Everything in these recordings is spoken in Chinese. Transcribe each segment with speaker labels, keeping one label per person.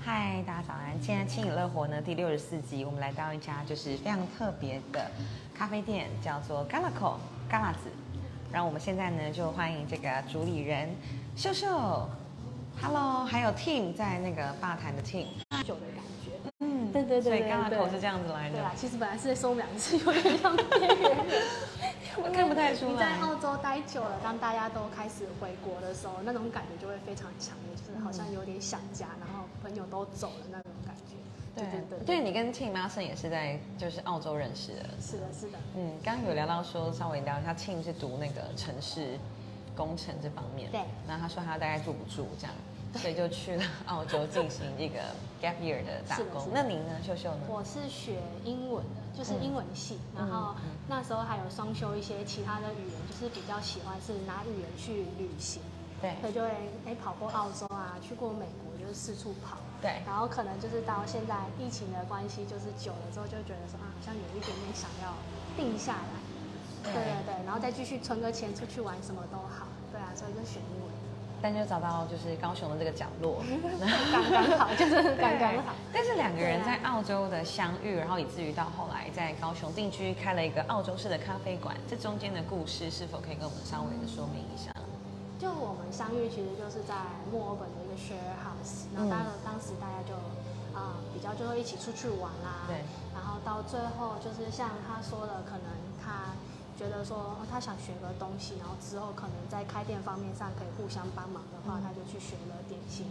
Speaker 1: 嗨，大家早安！现在《轻盈乐活》呢第六十四集，我们来到一家就是非常特别的咖啡店，叫做 Galaco 嘎啦子。然后我们现在呢就欢迎这个主理人秀秀，Hello，还有 Team 在那个吧台的 Team。
Speaker 2: 酒的感觉。
Speaker 1: 嗯
Speaker 2: 对对对
Speaker 1: 所以
Speaker 2: 对
Speaker 1: Galaco
Speaker 2: 对
Speaker 1: 是这样子来
Speaker 2: 对
Speaker 1: 的
Speaker 2: 啦，。其实本来是在收两次，有点像边缘人。
Speaker 1: 我看不太出来
Speaker 2: 你在澳洲待久了，当大家都开始回国的时候，那种感觉就会非常强烈，就是好像有点想家，然后朋友都走了那种感觉。对对
Speaker 1: 对，你跟 Team 妈生也是在就是澳洲认识的。
Speaker 2: 是的，是的。
Speaker 1: 嗯，刚刚有聊到说，稍微聊一下庆是读那个城市工程这方面，
Speaker 2: 对
Speaker 1: 然后他说他大概住不住这样，所以就去了澳洲进行一个 gap year 的打
Speaker 2: 是的
Speaker 1: 工
Speaker 2: 是。的
Speaker 1: 那您呢，秀秀呢？
Speaker 2: 我是学英文的，就是
Speaker 1: 嗯
Speaker 2: 英文系，
Speaker 1: 嗯
Speaker 2: 然后那时候还有双修一些其他的语言，就是比较喜欢是拿语言去旅行。
Speaker 1: 对
Speaker 2: 所以就会哎跑过澳洲啊，去过美国，就是四处跑。
Speaker 1: 对
Speaker 2: 然后可能就是到现在疫情的关系，就是久了之后就会觉得说啊，好像有一点点想要定下来。
Speaker 1: 对
Speaker 2: 对对对，然后再继续存个钱出去玩，什么都好。 对啊，所以就选英文，
Speaker 1: 但就找到就是高雄的这个角 落，
Speaker 2: 刚刚好，就是刚刚好。
Speaker 1: 但是两个人在
Speaker 2: 对
Speaker 1: 澳洲的相遇，然后以至于到后来在高雄定居，开了一个澳洲式的咖啡馆，这中间的故事是否可以跟我们稍微的说明一下？
Speaker 2: 就我们相遇，其实就是在墨尔本的一个 share house，然后当
Speaker 1: 嗯
Speaker 2: 当时大家就啊、呃比较就会一起出去玩啊啦、
Speaker 1: 对，
Speaker 2: 然后到最后就是像他说的，可能他觉得说、哦他想学个东西，然后之后可能在开店方面上可以互相帮忙的
Speaker 1: 嗯
Speaker 2: 话，他就去学了点心。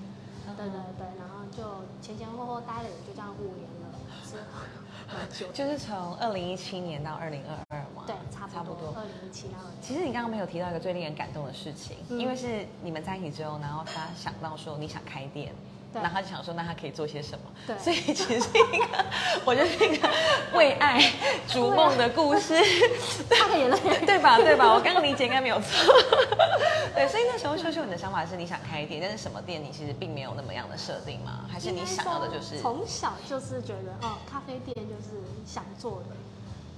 Speaker 2: 对对对，然后就前前后后待了也就这样五年了，之后蛮久的。
Speaker 1: 就是从二零一七年到二零二二嘛，
Speaker 2: 对，差不多，二零一七那
Speaker 1: 其实你刚刚没有提到一个最令人感动的事情，
Speaker 2: 嗯
Speaker 1: 因为是你们在一起之后，然后他想到说你想开店，
Speaker 2: 对
Speaker 1: 然后他就想说那他可以做些什么，
Speaker 2: 对
Speaker 1: 所以其实是一个，我就是一个为爱逐梦的故 事，
Speaker 2: 擦个眼泪。
Speaker 1: 对吧？对吧？我刚刚理解应该没有错， 对，所以那时候秀秀你的想法是你想开店，但是什么店你其实并没有那么样的设定吗？还是你想要的就是
Speaker 2: 应该说从小就是觉得哦，咖啡店就是想做的，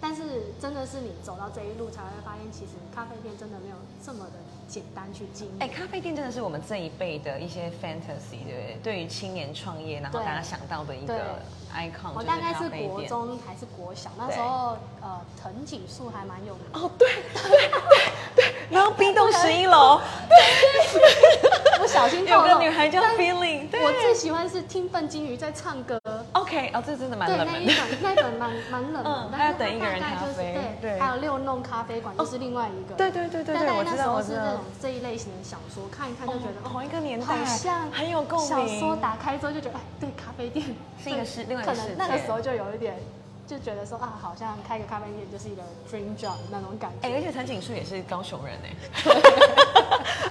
Speaker 2: 但是真的是你走到这一路才会发现，其实咖啡店真的没有这么的简单去经营。
Speaker 1: 哎、咖啡店真的是我们这一辈的一些 fantasy，对不对？对于青年创业，然后
Speaker 2: 对
Speaker 1: 大家想到的一
Speaker 2: 对
Speaker 1: 个 icon，哦
Speaker 2: 我
Speaker 1: 就是
Speaker 2: 大概
Speaker 1: 咖
Speaker 2: 是
Speaker 1: 啡
Speaker 2: 国
Speaker 1: 店。
Speaker 2: 中还是国小，那
Speaker 1: 对
Speaker 2: 时候呃藤井树还蛮有名的，
Speaker 1: 哦，对对对对，然后冰冻十一楼，
Speaker 2: 不小心
Speaker 1: 有
Speaker 2: 透
Speaker 1: 个
Speaker 2: 露。
Speaker 1: 女孩叫 Feeling，对
Speaker 2: 我最喜欢是听笨金鱼在唱歌，
Speaker 1: ，OK，哦，这真的蛮
Speaker 2: 对
Speaker 1: 冷
Speaker 2: 那
Speaker 1: 门
Speaker 2: 一
Speaker 1: 的。
Speaker 2: 本那一本蛮蛮冷门的
Speaker 1: 嗯，
Speaker 2: 但是
Speaker 1: 还要
Speaker 2: 它
Speaker 1: 等一个人
Speaker 2: 大概
Speaker 1: 咖
Speaker 2: 就是
Speaker 1: 啡对哦
Speaker 2: 对，还有六弄咖啡馆就是另外一 个，
Speaker 1: 对对对对
Speaker 2: 大
Speaker 1: 对，
Speaker 2: 概
Speaker 1: 我
Speaker 2: 那
Speaker 1: 知
Speaker 2: 时
Speaker 1: 道
Speaker 2: 候
Speaker 1: 我
Speaker 2: 是
Speaker 1: 知
Speaker 2: 这
Speaker 1: 道
Speaker 2: 种。这一类型的小说，看一看就觉得
Speaker 1: 哦同一个年代
Speaker 2: 好像
Speaker 1: 很有共鸣
Speaker 2: 小说打开之后就觉得，哎，对，咖啡店
Speaker 1: 是一个世另外一个
Speaker 2: 可
Speaker 1: 世界
Speaker 2: 能那个时候就有一点就觉得说啊，好像开个咖啡店就是一个 dream job 那种感
Speaker 1: 哎、
Speaker 2: 觉。
Speaker 1: 而且藤井树也是高雄人哎。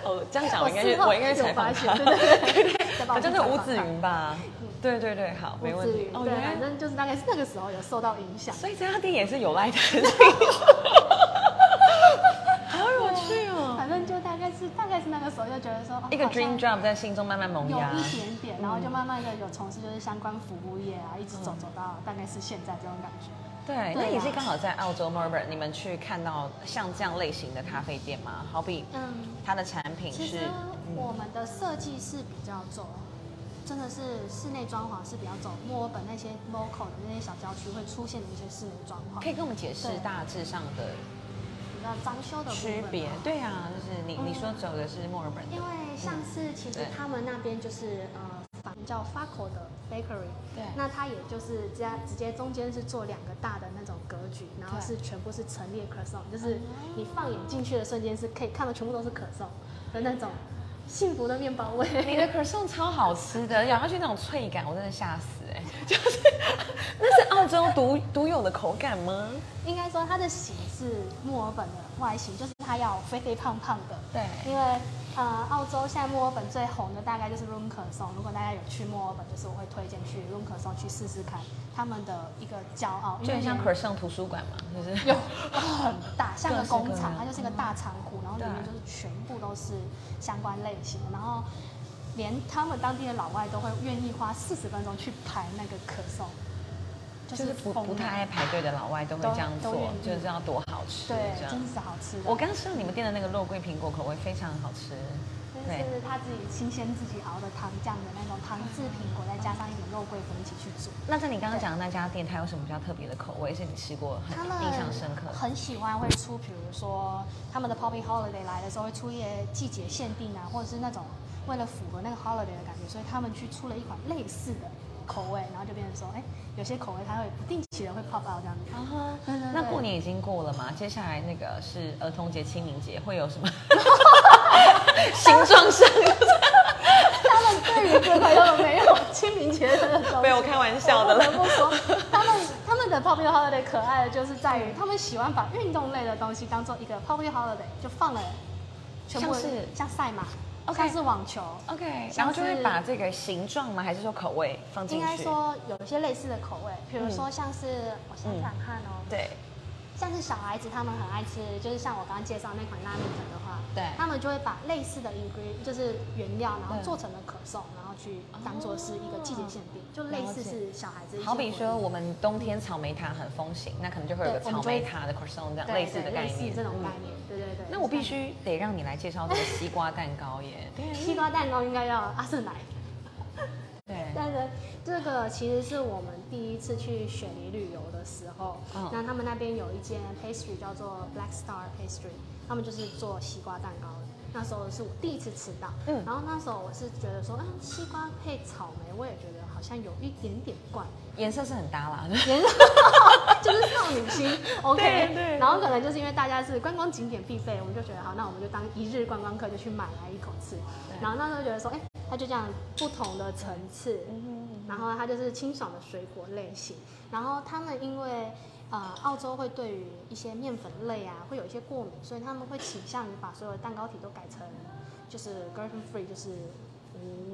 Speaker 1: 哦，这样讲我应该
Speaker 2: 我
Speaker 1: 去
Speaker 2: 事，后
Speaker 1: 我应该去
Speaker 2: 有
Speaker 1: 采访他。
Speaker 2: 发现对 对对再帮
Speaker 1: 好
Speaker 2: 我
Speaker 1: 像
Speaker 2: 去
Speaker 1: 是
Speaker 2: 采
Speaker 1: 吴
Speaker 2: 访
Speaker 1: 子
Speaker 2: 他
Speaker 1: 云吧？对对对，好，没
Speaker 2: 吴
Speaker 1: 问
Speaker 2: 子
Speaker 1: 题
Speaker 2: 云。
Speaker 1: 哦，
Speaker 2: 对，
Speaker 1: 原来
Speaker 2: 反正就是大概是那个时候有受到影响。
Speaker 1: 所以这家店也是有 赖的，好有趣哦！
Speaker 2: 反正就大概是大概是那个时候就觉得说，哦
Speaker 1: 一个
Speaker 2: 好像
Speaker 1: dream 啊嗯 job 在心中慢慢萌
Speaker 2: 有
Speaker 1: 芽，
Speaker 2: 一点点，然后就慢慢的有从事就是相关服务业啊，一直
Speaker 1: 嗯
Speaker 2: 走走到大概是现在这种感觉。
Speaker 1: 对，
Speaker 2: 对
Speaker 1: 那
Speaker 2: 啊
Speaker 1: 也是刚好在澳洲 m e l b o u r n 你们去看到像这样类型的咖啡店吗？好比
Speaker 2: 嗯，
Speaker 1: 它的产品
Speaker 2: 其
Speaker 1: 是嗯
Speaker 2: 实，我们的设计是比较走，真的是室内装潢是比较走墨尔本那些 local 的那些小郊区会出现的一些室内装潢，
Speaker 1: 可以跟我们解释
Speaker 2: 对
Speaker 1: 大致上的
Speaker 2: 比较装修的部分
Speaker 1: 区
Speaker 2: 嘛
Speaker 1: 别？对啊，就是你
Speaker 2: 嗯
Speaker 1: 你说走的是墨尔本的
Speaker 2: 因，为像是其实
Speaker 1: 对
Speaker 2: 他们那边就是呃，反正叫 f a c o 的 bakery，
Speaker 1: 对
Speaker 2: 那它也就是这样，直接中间是做两个大的那种格局，然后
Speaker 1: 对
Speaker 2: 是全部是陈列可颂，就是你放眼进去的瞬间是可以看到全部都是可颂的那种幸福的面包味。
Speaker 1: 你的 croissant 超好吃的，咬下去那种脆感，我真的吓死 哎、就是，那是澳洲独独有的口感吗？
Speaker 2: 应该说它的形是墨尔本的外形，就是它要肥肥胖胖的。
Speaker 1: 对
Speaker 2: 因为呃，澳洲现在墨尔本最红的大概就是 Room 可颂，如果大家有去墨尔本，就是我会推荐去 Room 可颂去试试看，他们的一个骄傲，
Speaker 1: 就很像
Speaker 2: 因为
Speaker 1: croissant 图书馆嘛，就是
Speaker 2: 有 很 大，像个工
Speaker 1: 各式各
Speaker 2: 厂
Speaker 1: 样，
Speaker 2: 它就是一个大仓库，然后里面就是全部都是相关类型的，然后连他们当地的老外都会愿意花四十分钟去排那个可颂，
Speaker 1: 就是不
Speaker 2: 疯
Speaker 1: 不太
Speaker 2: 了
Speaker 1: 爱排队的老外都会
Speaker 2: 都
Speaker 1: 这样
Speaker 2: 都
Speaker 1: 做
Speaker 2: 愿，意
Speaker 1: 就是要多好吃
Speaker 2: 对，
Speaker 1: 这样
Speaker 2: 真。是好吃的。
Speaker 1: 我刚吃到你们店的那个肉桂苹果口味非常好吃，
Speaker 2: 就是他自己新鲜自己熬的糖酱的那种糖制品，裹在加上一点肉桂粉一起去煮。
Speaker 1: 那在你刚刚讲的那家店，它有什么比较特别的口味是你吃过很
Speaker 2: 他们
Speaker 1: 印象深刻的？
Speaker 2: 很喜欢会出，比如说他们的 Poppy Holiday 来的时候会出一些季节限定啊，或者是那种为了符合那个 Holiday 的感觉，所以他们去出了一款类似的口味，然后就变成说，哎，有些口味它会不定期的会 pop out 这样子。
Speaker 1: 啊哈
Speaker 2: 对对对
Speaker 1: 那过年已经过了嘛？接下来那个是儿童节、清明节，会有 什么形状上？
Speaker 2: 他们对于这块又没有清明节的东西
Speaker 1: 没有开玩笑的
Speaker 2: 我
Speaker 1: 啦。
Speaker 2: 不得不说，他们他们的 Poppy Holiday 可爱的就是在于，他们喜欢把运动类的东西当做一个 Poppy Holiday，就放了全部
Speaker 1: 像是
Speaker 2: 像赛马
Speaker 1: OK
Speaker 2: 像是网球。
Speaker 1: OK，然
Speaker 2: 像
Speaker 1: 后就会
Speaker 2: 是
Speaker 1: 把这个形状吗？还是说口味放进
Speaker 2: 应
Speaker 1: 去？
Speaker 2: 该说有一些类似的口味，比如说像是、我想想看哦，
Speaker 1: 对
Speaker 2: 像是小孩子他们很爱吃，就是像我刚刚介绍那款拉面粉的话，
Speaker 1: 对
Speaker 2: 他们就会把类似的 ingredient 就是原料，然后
Speaker 1: 对
Speaker 2: 做成了可颂，然后去当做是一个季节限定，就类似是小孩子一些
Speaker 1: 好比
Speaker 2: 回
Speaker 1: 说
Speaker 2: 忆
Speaker 1: 我们冬天草莓塔很风行，那可能就会有个
Speaker 2: 对我们
Speaker 1: 草
Speaker 2: 就
Speaker 1: 莓
Speaker 2: 会
Speaker 1: 塔的 croissant 这样
Speaker 2: 对
Speaker 1: 类似的
Speaker 2: 对
Speaker 1: 概
Speaker 2: 类似
Speaker 1: 念。
Speaker 2: 这种
Speaker 1: 嗯
Speaker 2: 概念，对对对。
Speaker 1: 那我必须得让你来介绍这个西瓜蛋糕耶。
Speaker 2: 西瓜蛋糕应该要阿瑟奶，
Speaker 1: 对，
Speaker 2: 但是这个其实是我们第一次去雪梨旅游的时候，
Speaker 1: 嗯
Speaker 2: 那他们那边有一间 pastry 叫做 Black Star Pastry，他们就是做西瓜蛋糕的。那时候是我第一次吃到，
Speaker 1: 嗯
Speaker 2: 然后那时候我是觉得说，嗯，西瓜配草莓，我也觉得好像有一点点怪，
Speaker 1: 颜色是很搭啦。
Speaker 2: 就是少女心，OK，
Speaker 1: 对对
Speaker 2: 然后可能就是因为大家是观光景点必备，我们就觉得好，那我们就当一日观光客就去买来一口吃
Speaker 1: 对。
Speaker 2: 然后那时候觉得说，哎、它就这样不同的层次，
Speaker 1: 嗯
Speaker 2: 然后它就是清爽的水果类型。然后他们因为呃澳洲会对于一些面粉类啊会有一些过敏，所以他们会倾向于把所有的蛋糕体都改成就是 gluten free，就是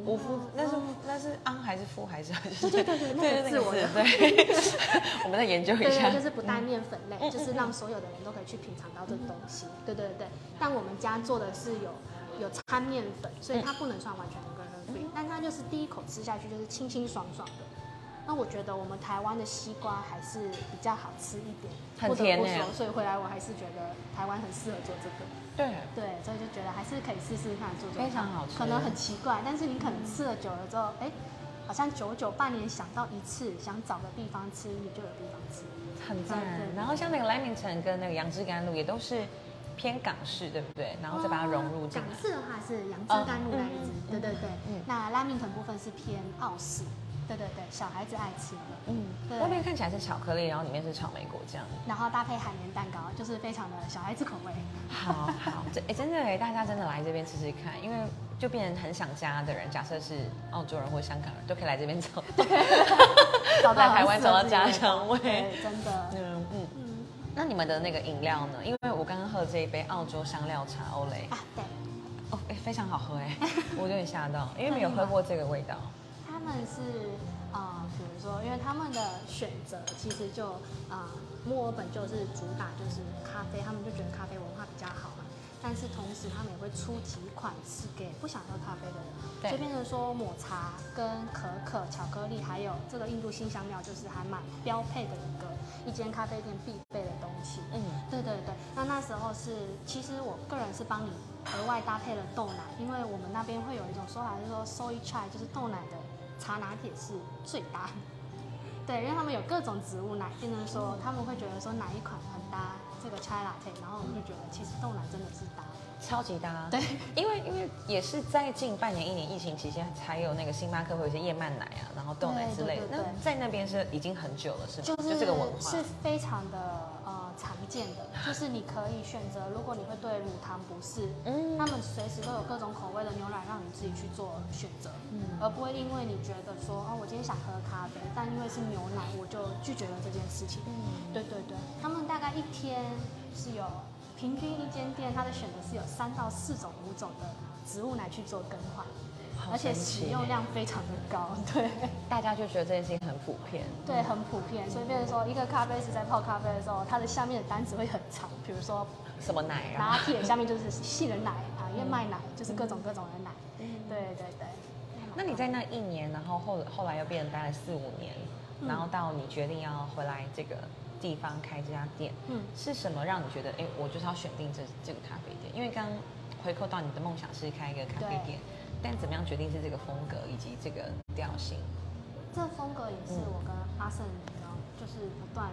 Speaker 2: 无
Speaker 1: 无麸，那是那是昂还是麸还是？
Speaker 2: 对对对对那个
Speaker 1: 对对
Speaker 2: 字我
Speaker 1: 对对。我们再研究一
Speaker 2: 对
Speaker 1: 下
Speaker 2: 对，。就是不带面粉
Speaker 1: 嗯
Speaker 2: 类，就是让所有的人都可以去品尝到这个东西。对对对，但我们家做的是有有掺面粉，所以
Speaker 1: 嗯
Speaker 2: 它不能算完全的 gluten free，但它就是第一口吃下去就是清清爽爽的。那我觉得我们台湾的西瓜还是比较好吃一点，
Speaker 1: 很
Speaker 2: 不得
Speaker 1: 甜
Speaker 2: 不
Speaker 1: 欸
Speaker 2: 说，所以回来我还是觉得台湾很适合做这个。
Speaker 1: 对，
Speaker 2: 对，所以就觉得还是可以试试看做做看，
Speaker 1: 非常好吃嗯
Speaker 2: 可能很奇怪，但是你可能吃了久了之后，哎、好像久久半年想到一次，想找个地方吃，你就有地方吃。
Speaker 1: 很赞
Speaker 2: 对对。
Speaker 1: 然后像那个莱明城跟那个杨枝甘露也都是偏港式，对不对？然后再把它融入进
Speaker 2: 港
Speaker 1: 来。
Speaker 2: 哦式的话是杨枝甘露那一支，
Speaker 1: 嗯嗯嗯
Speaker 2: 对对对。
Speaker 1: 嗯
Speaker 2: 那拉面粉部分是偏澳式，对对对，小孩子爱吃的。
Speaker 1: 嗯，
Speaker 2: 对
Speaker 1: 外面看起来是巧克力，然后里面是草莓果酱。
Speaker 2: 然后搭配海绵蛋糕，就是非常的小孩子口味。
Speaker 1: 好好，这哎、真的哎，大家真的来这边吃吃看，因为就变成很想家的人，假设是澳洲人或香港人，都可以来这边找到，
Speaker 2: 找
Speaker 1: 在
Speaker 2: 到
Speaker 1: 台湾找到
Speaker 2: 很适合
Speaker 1: 家
Speaker 2: 自己的
Speaker 1: 乡味。
Speaker 2: 对，真的。
Speaker 1: 嗯嗯，
Speaker 2: 嗯
Speaker 1: 那你们的那个饮料呢？因为我刚刚喝这一杯澳洲香料茶欧蕾，
Speaker 2: 啊，对，
Speaker 1: 哦，哎、非常好喝哎，我有点吓到，因为没有喝过这个味道。
Speaker 2: 他们是呃，比如说，因为他们的选择其实就呃，墨尔本就是主打就是咖啡，他们就觉得咖啡文化比较好嘛。但是同时，他们也会出几款是给不想喝咖啡的
Speaker 1: 对
Speaker 2: 人，就变成说抹茶跟可可、巧克力，还有这个印度新香料，就是还蛮标配的一个一间咖啡店必备的东西。
Speaker 1: 嗯，
Speaker 2: 对对对，那那时候是，其实我个人是帮你额外搭配了豆奶，因为我们那边会有一种说法是说 soy chai 就是豆奶的茶拿铁是最搭的，对，因为他们有各种植物奶，变成说他们会觉得说哪一款很搭这个 chai latte，然后我们就觉得其实豆奶真的是搭的，
Speaker 1: 超级搭。
Speaker 2: 对，
Speaker 1: 因为因为也是在近半年一年疫情期间，才有那个星巴克会有一些燕麦奶啊，然后豆奶之类的。
Speaker 2: 对对对
Speaker 1: 那
Speaker 2: 对
Speaker 1: 在那边是已经很久了，是吗？
Speaker 2: 就是
Speaker 1: 这个文化
Speaker 2: 是非常的呃常见的，就是你可以选择，如果你会对乳糖不适，
Speaker 1: 嗯
Speaker 2: 他们随时都有各种口味的牛奶让你自己去做选择，
Speaker 1: 嗯
Speaker 2: 而不会因为你觉得说啊，我今天想喝咖啡，但因为是牛奶，我就拒绝了这件事情。
Speaker 1: 嗯
Speaker 2: 对对对，他们大概一天是有平均一间店，它的选择是有三到四种、五种的植物奶去做更换，
Speaker 1: 好
Speaker 2: 而且
Speaker 1: 神奇
Speaker 2: 使用量非常的高， 对
Speaker 1: 大家就觉得这件事情很普遍。
Speaker 2: 对，很普遍。所以变成说，一个咖啡师在泡咖啡的时候，它的下面的单子会很长，比如说
Speaker 1: 什么奶啊
Speaker 2: 拿？铁下面就是杏仁奶啊、燕麦奶，就是各种各种的奶。
Speaker 1: 嗯
Speaker 2: 对对对。
Speaker 1: 那你在那一年，然后后后来又变成待了四五年，
Speaker 2: 嗯
Speaker 1: 然后到你决定要回来这个地方开这家店，
Speaker 2: 嗯
Speaker 1: 是什么让你觉得，哎，我就是要选定这这个咖啡店？因为刚刚回扣到你的梦想是开一个咖啡
Speaker 2: 对
Speaker 1: 店，但怎么样决定是这个风格以及这个调性？
Speaker 2: 这风格也是我跟阿胜然后就是不断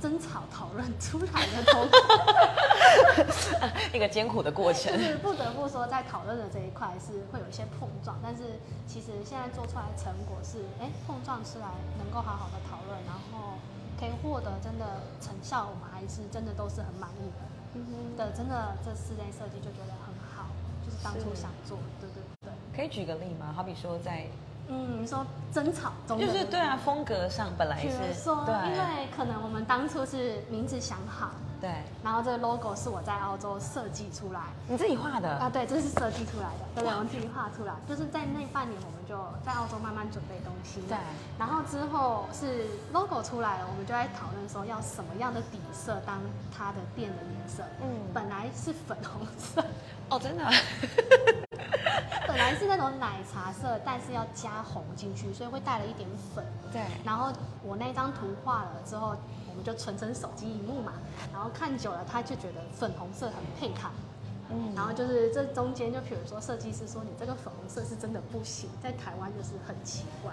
Speaker 2: 争吵讨论出来的风格，
Speaker 1: 一个艰苦的过程
Speaker 2: 就。是不得不说，在讨论的这一块是会有一些碰撞，但是其实现在做出来的成果是，哎，碰撞出来能够好好的讨论，然后可以获得真的成效，我们还是真的都是很满意的。的，真的这室内设计就觉得很好，就是当初
Speaker 1: 是
Speaker 2: 想做，对对对。
Speaker 1: 可以举个例吗？好比说在，
Speaker 2: 嗯，你说争吵中的
Speaker 1: 就是对啊，风格上本来
Speaker 2: 比
Speaker 1: 是
Speaker 2: 如说，因
Speaker 1: 对
Speaker 2: 为可能我们当初是名字想好，
Speaker 1: 对，
Speaker 2: 然后这个 logo 是我在澳洲设计出来。
Speaker 1: 你自己画的
Speaker 2: 啊，对，这是设计出来的，对对，我们自己画出来，就是在那半年，我们就在澳洲慢慢准备东西，
Speaker 1: 对
Speaker 2: 然后之后是 logo 出来了，我们就在讨论说要什么样的底色当它的店的颜色，
Speaker 1: 嗯
Speaker 2: 本来是粉红色，
Speaker 1: 哦，真的啊，
Speaker 2: 本来是那种奶茶色，但是要加红进去，所以会带了一点粉。
Speaker 1: 对，
Speaker 2: 然后我那张图画了之后，我们就存成手机荧幕嘛，然后看久了，他就觉得粉红色很配它。
Speaker 1: 嗯
Speaker 2: 然后就是这中间，就比如说设计师说你这个粉红色是真的不行，在台湾就是很奇怪，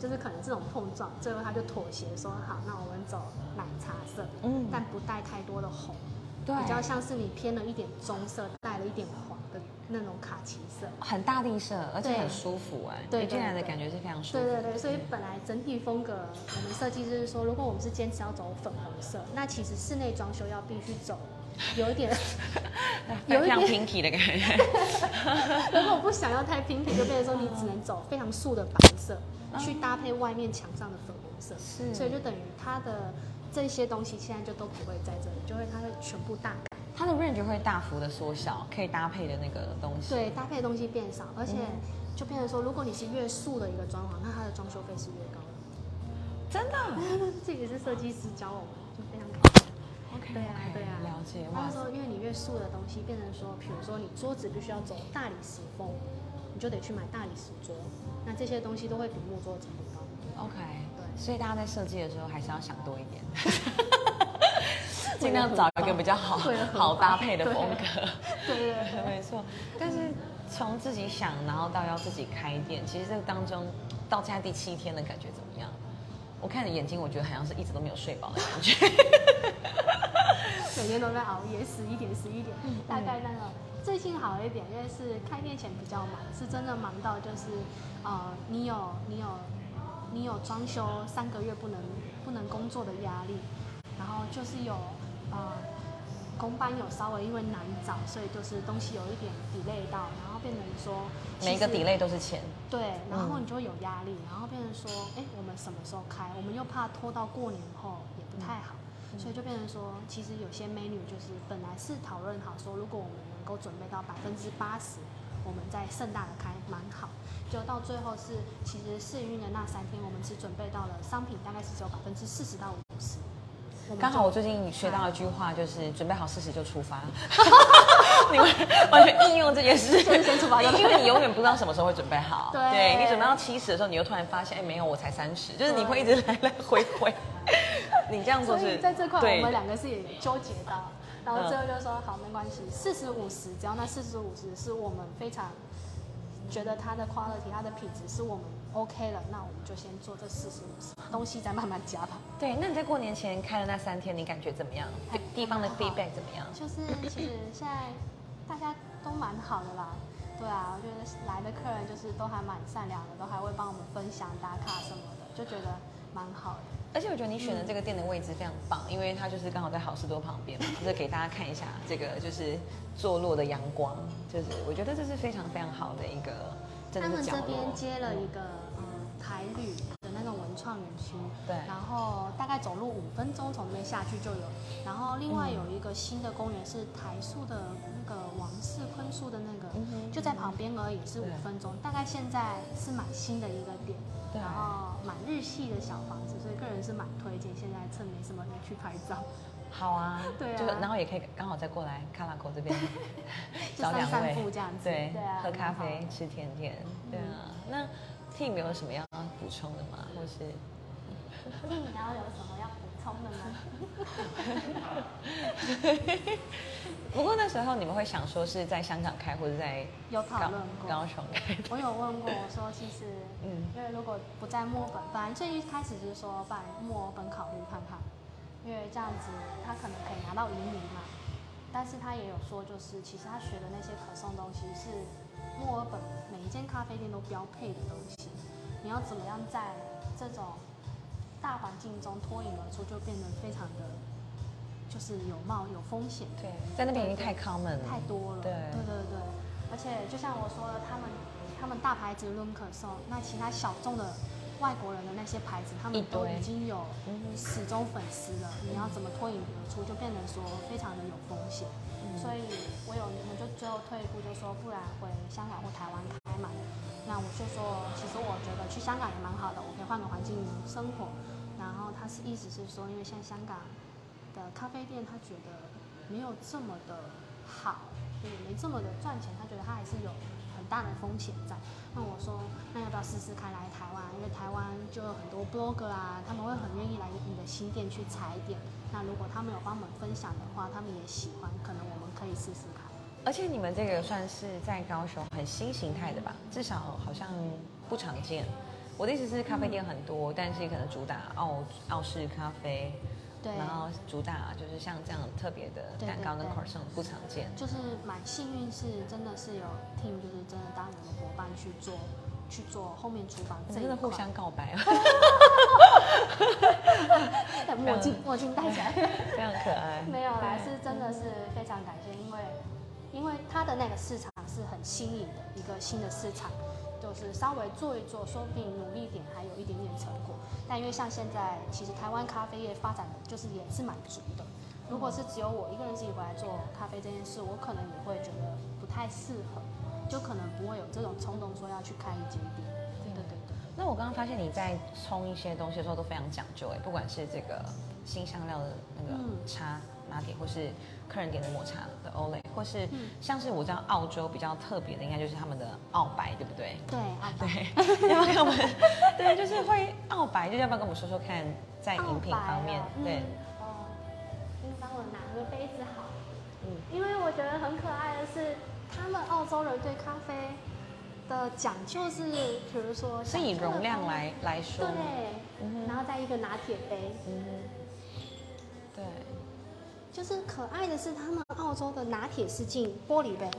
Speaker 2: 就是可能这种碰撞，最后他就妥协说好，那我们走奶茶色，
Speaker 1: 嗯
Speaker 2: 但不带太多的红，
Speaker 1: 对，
Speaker 2: 比较像是你偏了一点棕色，带了一点黄的那种卡其色。
Speaker 1: 很大地色，而且
Speaker 2: 对
Speaker 1: 很舒服哎，
Speaker 2: 对
Speaker 1: 你进
Speaker 2: 对
Speaker 1: 来的
Speaker 2: 对
Speaker 1: 感觉是非常舒
Speaker 2: 对
Speaker 1: 服，
Speaker 2: 对对，所以本来整体风格，我们设计就是说，如果我们是坚持要走粉红色，那其实室内装修要必须走有一点，有
Speaker 1: 非
Speaker 2: 一
Speaker 1: 常
Speaker 2: 点
Speaker 1: pinky 的感 觉，
Speaker 2: 如果不想要太 pink，就变成说你只能走非常素的白色，去搭配外面墙上的粉红色，
Speaker 1: 嗯是
Speaker 2: 所以就等于它的这些东西现在就都不会在这里，就会它会全部大改，
Speaker 1: 它的 range 会大幅的缩小，可以搭配的那个东西，
Speaker 2: 对，搭配的东西变少，而且
Speaker 1: 嗯
Speaker 2: 就变成说，如果你是越素的一个装潢，那它的装修费是越高的。
Speaker 1: 真的
Speaker 2: 这也是设计师教我们，就非常
Speaker 1: ，OK，
Speaker 2: 对啊，对啊，
Speaker 1: 了解，
Speaker 2: 他
Speaker 1: 哇
Speaker 2: 就，说，因为你越素的东西，变成说，比如说你桌子必须要走大理石风，你就得去买大理石桌，那这些东西都会比木桌成本高。
Speaker 1: OK，
Speaker 2: 对
Speaker 1: 所以大家在设计的时候还是要想多 一点，尽量找一个比较好
Speaker 2: 为了合
Speaker 1: 好搭
Speaker 2: 法
Speaker 1: 配的
Speaker 2: 对
Speaker 1: 风格。
Speaker 2: 对对对
Speaker 1: 没错，但是从自己想，然后到要自己开店，其实这个当中到现在第七天的感觉怎么样？我看你眼睛，我觉得好像是一直都没有睡饱的感 觉。
Speaker 2: 每天都在熬夜，十一点十一点，大概那个。最近好一点，因为是开店前比较忙，是真的忙到就是，呃，你有你有你有装修三个月不能不能工作的压力，然后就是有呃工班有稍微因为难找，所以就是东西有一点 delay 到，然后变成说
Speaker 1: 每一个
Speaker 2: 其实
Speaker 1: delay 都是钱，
Speaker 2: 对，
Speaker 1: 嗯
Speaker 2: 然后你就会有压力，然后变成说，哎，我们什么时候开？我们又怕拖到过年后也不太好，
Speaker 1: 嗯
Speaker 2: 所以就变成说，其实有些美女就是本来是讨论好说，如果我们能够准备到百分之八十，我们在盛大的开蛮好，就到最后是其实试运的那三天，我们只准备到了商品大概是只有百分之四十到五十。我们
Speaker 1: 刚
Speaker 2: 就
Speaker 1: 好我最近学到一句话，就是准备好四十就出 发。你们完全应用这件事，
Speaker 2: 就是先出发就对
Speaker 1: 因为你永远不知道什么时候会准备好。
Speaker 2: 对
Speaker 1: 你准备到七十的时候，你又突然发现，哎，没有，我才三十，就是你会一直来来回回。 你这样做
Speaker 2: 所
Speaker 1: 是
Speaker 2: 以在这块
Speaker 1: 对嗯
Speaker 2: 我们两个是也纠结到，然后最后就说好没关系，四十五十，只要那四十五十是我们非常觉得它的 quality、它的品质是我们 OK 了，那我们就先做这四十五十，东西再慢慢加吧。
Speaker 1: 对，那你在过年前开的那三天，你感觉怎么样？
Speaker 2: 还
Speaker 1: 地方的
Speaker 2: 还好
Speaker 1: feedback 怎么样？
Speaker 2: 就是其实现在大家都蛮好的啦，对啊，我觉得来的客人就是都还蛮善良的，都还会帮我们分享打卡什么的，就觉得蛮好的。
Speaker 1: 而且我觉得你选的这个店的位置非常棒，因为它就是刚好在好事多旁边嘛，就是给大家看一下这个就是坐落的阳光，就是我觉得这是非常非常好的一个，真
Speaker 2: 他
Speaker 1: 的
Speaker 2: 们
Speaker 1: 是
Speaker 2: 这
Speaker 1: 角落
Speaker 2: 边。接了一个嗯台旅的那种文创园区，
Speaker 1: 对
Speaker 2: 然后大概走路五分钟从那边下去就有，然后另外有一个新的公园是台塑的那个王氏坤树的那个，
Speaker 1: 嗯哼
Speaker 2: 就在旁边而已，是
Speaker 1: 对
Speaker 2: 五分钟，大概现在是蛮新的一个点，
Speaker 1: 对啊
Speaker 2: 然后蛮日系的小房子，所以个人是蛮推荐，现在趁没什么人去拍照，
Speaker 1: 好啊，
Speaker 2: 对啊
Speaker 1: 就然后也可以刚好再过来卡拉口这 边
Speaker 2: 就
Speaker 1: 找
Speaker 2: 散
Speaker 1: 两
Speaker 2: 散
Speaker 1: 位，
Speaker 2: 步这样子，
Speaker 1: 对，
Speaker 2: 啊，
Speaker 1: 喝咖
Speaker 2: 很好
Speaker 1: 啡吃甜点，对啊。那 team 有什么要补充的吗？或是
Speaker 2: 那你要有什么要补充从 门来。
Speaker 1: 不过那时候你们会想说是在香港开，或者在
Speaker 2: 有讨
Speaker 1: 高
Speaker 2: 论过
Speaker 1: 高雄开？
Speaker 2: 我有问过，我说其实，
Speaker 1: 嗯
Speaker 2: 因为如果不在墨尔本，本来最一开始是说把墨尔本考虑看看，因为这样子他可能可以拿到移民嘛。但是他也有说，就是其实他学的那些可颂东西是墨尔本每一间咖啡店都标配的东西，你要怎么样在这种大环境中脱颖而出，就变得非常的就是有冒有风险。
Speaker 1: 对，在那边已经太 common 了，
Speaker 2: 太多了。
Speaker 1: 对
Speaker 2: 对对对而且就像我说的，他们他们大牌子 Room 可颂，那其他小众的外国人的那些牌子，他
Speaker 1: 一
Speaker 2: 们
Speaker 1: 堆
Speaker 2: 都已经有
Speaker 1: 嗯哼
Speaker 2: 始终粉丝了，你要怎么脱颖而出，就变成说非常的有风险。所以我有我就最后退一步，就说不然回香港或台湾开嘛。那我就说，其实我觉得去香港也蛮好的，我可以换个环境生活。然后他是意思是说，因为现在香港的咖啡店，他觉得没有这么的好，也没这么的赚钱，他觉得他还是有很大的风险在。那我说，那要不要试试看来台湾？因为台湾就有很多 blogger 啊，他们会很愿意来你的新店去踩点。那如果他们有帮我们分享的话，他们也喜欢，可能我们可以试试看。
Speaker 1: 而且你们这个算是在高雄很新形态的吧，至少好像不常见。我的意思是，咖啡店很多，但是可能主打澳澳式咖啡，
Speaker 2: 对
Speaker 1: 然后主打就是像这样特别的
Speaker 2: 对
Speaker 1: 蛋糕跟
Speaker 2: 对对
Speaker 1: croissant 不常见。
Speaker 2: 就是蛮幸运，是真的是有 team，就是真的当我们伙伴去做去做后面厨房
Speaker 1: 你
Speaker 2: 这一
Speaker 1: 真的
Speaker 2: 块，
Speaker 1: 互 相告白啊，
Speaker 2: 戴墨
Speaker 1: 嗯
Speaker 2: 镜墨镜戴起来，
Speaker 1: 非常可爱。
Speaker 2: 没有啦，是真的是非常感谢，因为因为它的那个市场是很新颖的一个新的市场，就是稍微做一做，说不定努力一点还有一点点成果。但因为像现在，其实台湾咖啡业发展的就是也是蛮足的。如果是只有我一个人自己回来做咖啡这件事，我可能也会觉得不太适合，就可能不会有这种冲动说要去开一间店。对对对。
Speaker 1: 那我刚刚发现你在冲一些东西的时候都非常讲究哎，不管是这个新香料的那个
Speaker 2: 嗯
Speaker 1: 茶拿铁，或是客人点的抹茶的 Olay，或是
Speaker 2: 嗯
Speaker 1: 像是我知道澳洲比较特别的，应该就是他们的澳白，对不对？
Speaker 2: 对，阿爸
Speaker 1: 对， 要不要跟我们？对，就是会澳白，就是要不要跟我们说说看，在饮品方面
Speaker 2: 澳白哦，嗯
Speaker 1: 对，
Speaker 3: 哦，你帮我拿个杯子好，
Speaker 1: 嗯
Speaker 3: 因为我觉得很可爱的是，
Speaker 2: 他们澳洲人对咖啡的讲究是，比如说
Speaker 1: 是以容量来来说
Speaker 2: 对
Speaker 1: 吗，，嗯
Speaker 2: 然后再一个拿铁杯，
Speaker 1: 嗯哼，对，
Speaker 2: 就是可爱的是他们澳洲的拿铁是进玻璃杯，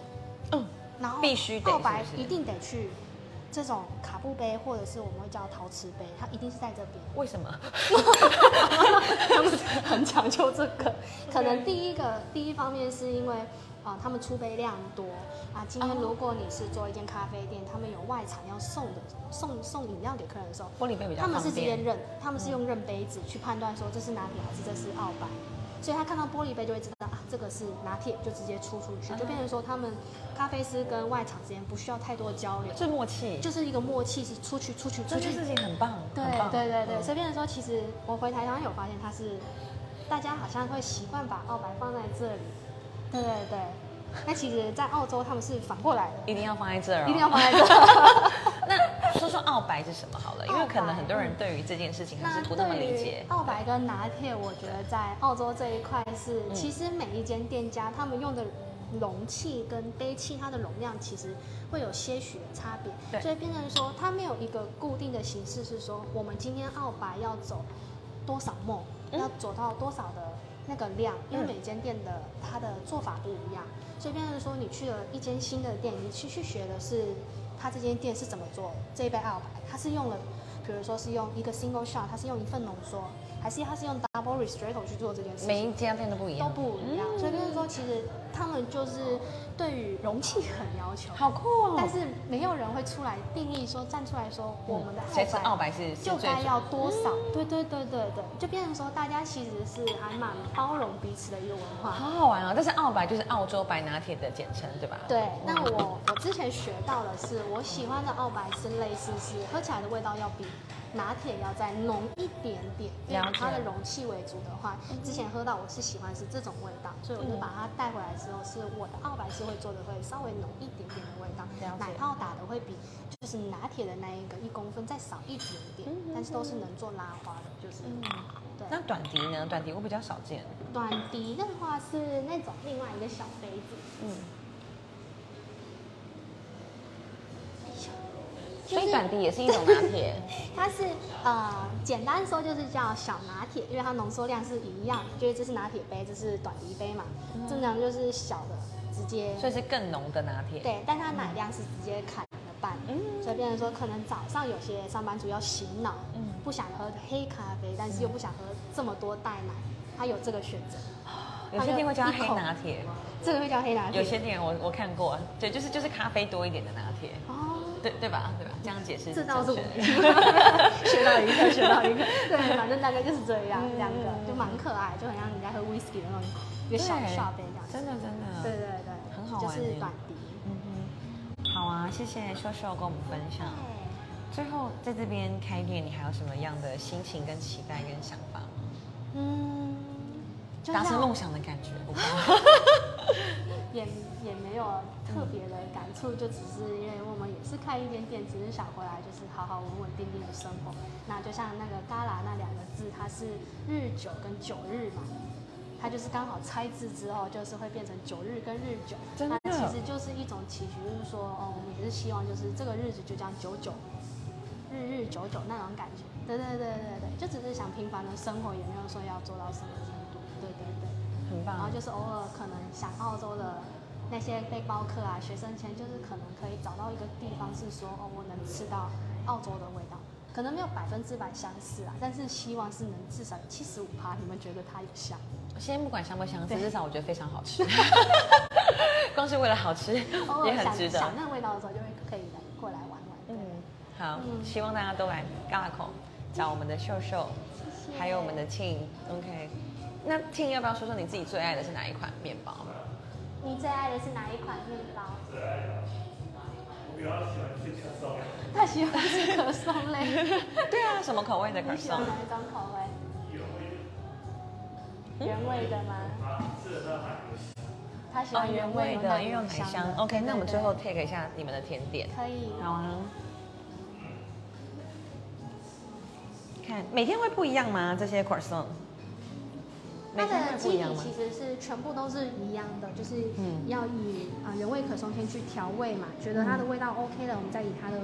Speaker 1: 嗯，
Speaker 2: 然后
Speaker 1: 必须得
Speaker 2: 澳白
Speaker 1: 是不是
Speaker 2: 一定得去这种卡布杯或者是我们会叫陶瓷杯，它一定是在这边。
Speaker 1: 为 什么？
Speaker 2: 他们很讲究这个。可能第一个第一方面是因为啊、呃他们出杯量多啊。今天如果你是做一间咖啡店，他们有外场要送的送送饮料给客人的时候，
Speaker 1: 玻璃杯比较
Speaker 2: 他们是
Speaker 1: 方
Speaker 2: 直接
Speaker 1: 便，
Speaker 2: 认，他们是用认杯子去判断说这是拿铁还是这是澳白，所以他看到玻璃杯就会知道啊，这个是拿铁，就直接出出
Speaker 1: 嗯
Speaker 2: 去，就变成说他们咖啡师跟外场之间不需要太多交流，
Speaker 1: 这默契，
Speaker 2: 就是一个默契，是出去出去出
Speaker 1: 这
Speaker 2: 去
Speaker 1: 件事情很棒，
Speaker 2: 对
Speaker 1: 很棒
Speaker 2: 对对对，
Speaker 1: 嗯
Speaker 2: 所以变成说，其实我回台湾有发现，它是大家好像会习惯把澳白放在这里，对对对。那其实，在澳洲他们是反过来的，
Speaker 1: 一定要放在这儿、哦，
Speaker 2: 一定要放在这。
Speaker 1: 那 说说澳白是什么好了，因为可
Speaker 2: 澳白
Speaker 1: 能很多人对于这件事情还
Speaker 2: 那
Speaker 1: 是不那么
Speaker 2: 对
Speaker 1: 理
Speaker 2: 于
Speaker 1: 解。
Speaker 2: 澳白跟拿铁，我觉得在澳洲这一块是，
Speaker 1: 嗯
Speaker 2: 其实每一间店家他们用的容器跟杯器，它的容量其实会有些许的差
Speaker 1: 对
Speaker 2: 别，所以变成说它没有一个固定的形式，是说我们今天澳白要走多少梦，
Speaker 1: 嗯
Speaker 2: 要走到多少的那个量，因为
Speaker 1: 嗯
Speaker 2: 每间店的它的做法不一样，所以变成说你去了一间新的店，你去去学的是它这间店是怎么做这一杯澳白，它是用了，比如说是用一个 single shot，它是用一份浓缩，还是它是用 double ristretto 去做这件事情，
Speaker 1: 每一家店都不一
Speaker 2: 都
Speaker 1: 样，
Speaker 2: 不一样，所以就是说，其实他们就是对于容器很要求，
Speaker 1: 好酷哦！
Speaker 2: 但是没有人会出来定义说站出来说我们的
Speaker 1: 谁是
Speaker 2: 澳
Speaker 1: 澳
Speaker 2: 白
Speaker 1: 白是是
Speaker 2: 就
Speaker 1: 最
Speaker 2: 该要多少，对对对对对，就变成说大家其实是还蛮包容彼此的一个文化。
Speaker 1: 好好玩哦！但是澳白就是澳洲白拿铁的简称，对吧？
Speaker 2: 对，那我我之前学到的是，我喜欢的澳白是类似是喝起来的味道要比拿铁要再浓一点点，因
Speaker 1: 了
Speaker 2: 为
Speaker 1: 解
Speaker 2: 它的容器为主的话，之前喝到我是喜欢是这种味道，所以我
Speaker 1: 嗯
Speaker 2: 就把它带回来之后，是我的澳白是会做的会稍微浓一点点的味道
Speaker 1: 了，解
Speaker 2: 奶泡打的会比就是
Speaker 1: 嗯
Speaker 2: 拿铁的那一个一公分再少一点点，但是都是能做拉花的，就是对，
Speaker 4: 对
Speaker 1: 那短笛呢？短笛我比较少见。
Speaker 2: 短笛的话是那种另外一个小杯子，
Speaker 1: 嗯，
Speaker 2: 就
Speaker 1: 所以
Speaker 2: 哎是
Speaker 1: 短笛也是一种拿铁。
Speaker 2: 它是呃，简单说就是叫小拿铁，因为它浓缩量是一样，就是这是拿铁杯，这是短笛杯嘛，
Speaker 1: 嗯
Speaker 2: 正常就是小的直接，
Speaker 1: 所以是更浓的拿铁。，
Speaker 2: 对，但它奶量是直接砍了半，
Speaker 1: 嗯
Speaker 2: 所以变成说可能早上有些上班族要醒脑，
Speaker 1: 嗯
Speaker 2: 不想喝黑咖啡，但是又不想喝这么多代奶，他有这个选择，
Speaker 1: 嗯有些店会叫它黑拿铁，
Speaker 2: 这个会叫黑拿铁，
Speaker 1: 有些店我我看过，对，就是就是咖啡多一点的拿铁，
Speaker 2: 哦。
Speaker 1: 对对吧？对吧？这样解释
Speaker 2: 这
Speaker 1: 正
Speaker 2: 倒是我
Speaker 1: 确的
Speaker 2: 学到一个，学到 一个。对，反正大概就是这样，两个就蛮可爱，就很像你在喝 whisky 的那种一个小
Speaker 1: 嗯对
Speaker 2: shot 杯这样子。
Speaker 1: 真的真的。
Speaker 2: 对对对，
Speaker 1: 很好
Speaker 2: 就
Speaker 1: 玩
Speaker 2: 是
Speaker 1: 耶
Speaker 2: 短笛。
Speaker 1: 嗯哼，好啊，谢谢秀秀跟我们分享。最后在这边开店，你还有什么样的心情、跟期待、跟想法吗？
Speaker 2: 嗯，就
Speaker 1: 达成
Speaker 2: 像
Speaker 1: 梦想的感觉，我不知道
Speaker 2: 也也没有特别的感触，就只是因为我们也是开一间店，只是想回来就是好好稳稳定定的生活。那就像那个“旮旯”那两个字，它是日久跟九日嘛，它就是刚好拆字之后，就是会变成九日跟日久。
Speaker 1: 真的
Speaker 2: 那其实就是一种祈求，就是说哦，我们也是希望就是这个日子就这样久久，日日久久那种感觉。对对对对对，就只是想平凡的生活，也没有说要做到什么程度。对对对。
Speaker 1: 很
Speaker 2: 然后
Speaker 1: 棒。
Speaker 2: 就是偶尔可能想澳洲的那些背包客啊、学生签，就是可能可以找到一个地方是说，哦，我能吃到澳洲的味道，可能没有百分之百相似啊，但是希望是能至少七十五趴，你们觉得它有 像？
Speaker 1: 先不管香不香，至少我觉得非常好 吃。光是为了好吃
Speaker 2: 偶
Speaker 1: 也
Speaker 2: 尔
Speaker 1: 很
Speaker 2: 哦想
Speaker 1: 值得。
Speaker 2: 想那味道的时候，就会可以来过来玩玩。对
Speaker 1: 嗯，，好，
Speaker 2: 嗯
Speaker 1: 希望大家都来嘎啦口找我们的秀秀，
Speaker 2: 谢谢
Speaker 1: 还有我们的 Ting。OK，那 Ting 要不要说说你自己最爱的是哪一款面 包？
Speaker 2: 你最爱的是哪一款面包？ 他喜欢吃可颂类，
Speaker 1: 对啊，什么口味的可
Speaker 2: 你喜欢
Speaker 1: 颂？
Speaker 2: 哪一种口味？
Speaker 1: 嗯
Speaker 2: 原味的吗？他喜
Speaker 1: 哦，
Speaker 2: 欢
Speaker 1: 原
Speaker 2: 原
Speaker 1: 味哦
Speaker 2: 味
Speaker 1: 的，因为有奶
Speaker 2: 香
Speaker 1: 香
Speaker 2: 的。。
Speaker 1: OK，那我们
Speaker 2: 对
Speaker 1: 最后
Speaker 2: 对
Speaker 1: take 一下你们的甜点。
Speaker 2: 可以。
Speaker 1: 好啊。看，每天会不一样吗？这些 croissant？每
Speaker 2: 它
Speaker 1: 天
Speaker 2: 的
Speaker 1: 会不
Speaker 2: 基
Speaker 1: 一
Speaker 2: 底
Speaker 1: 样吗
Speaker 2: 其？实是全部都是一样的，就是
Speaker 1: 嗯
Speaker 2: 要以啊、呃原味可颂先去调味嘛，觉得它的味道 OK 了，我们再以它的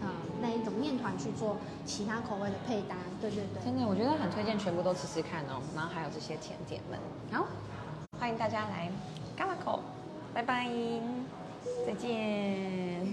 Speaker 2: 呃那一种面团去做其他口味的配搭。对对对。
Speaker 1: 真的，我觉得很推荐全部都吃吃看哦。然后还有这些甜点们，好，欢迎大家来 g a l a c o 拜拜，再见。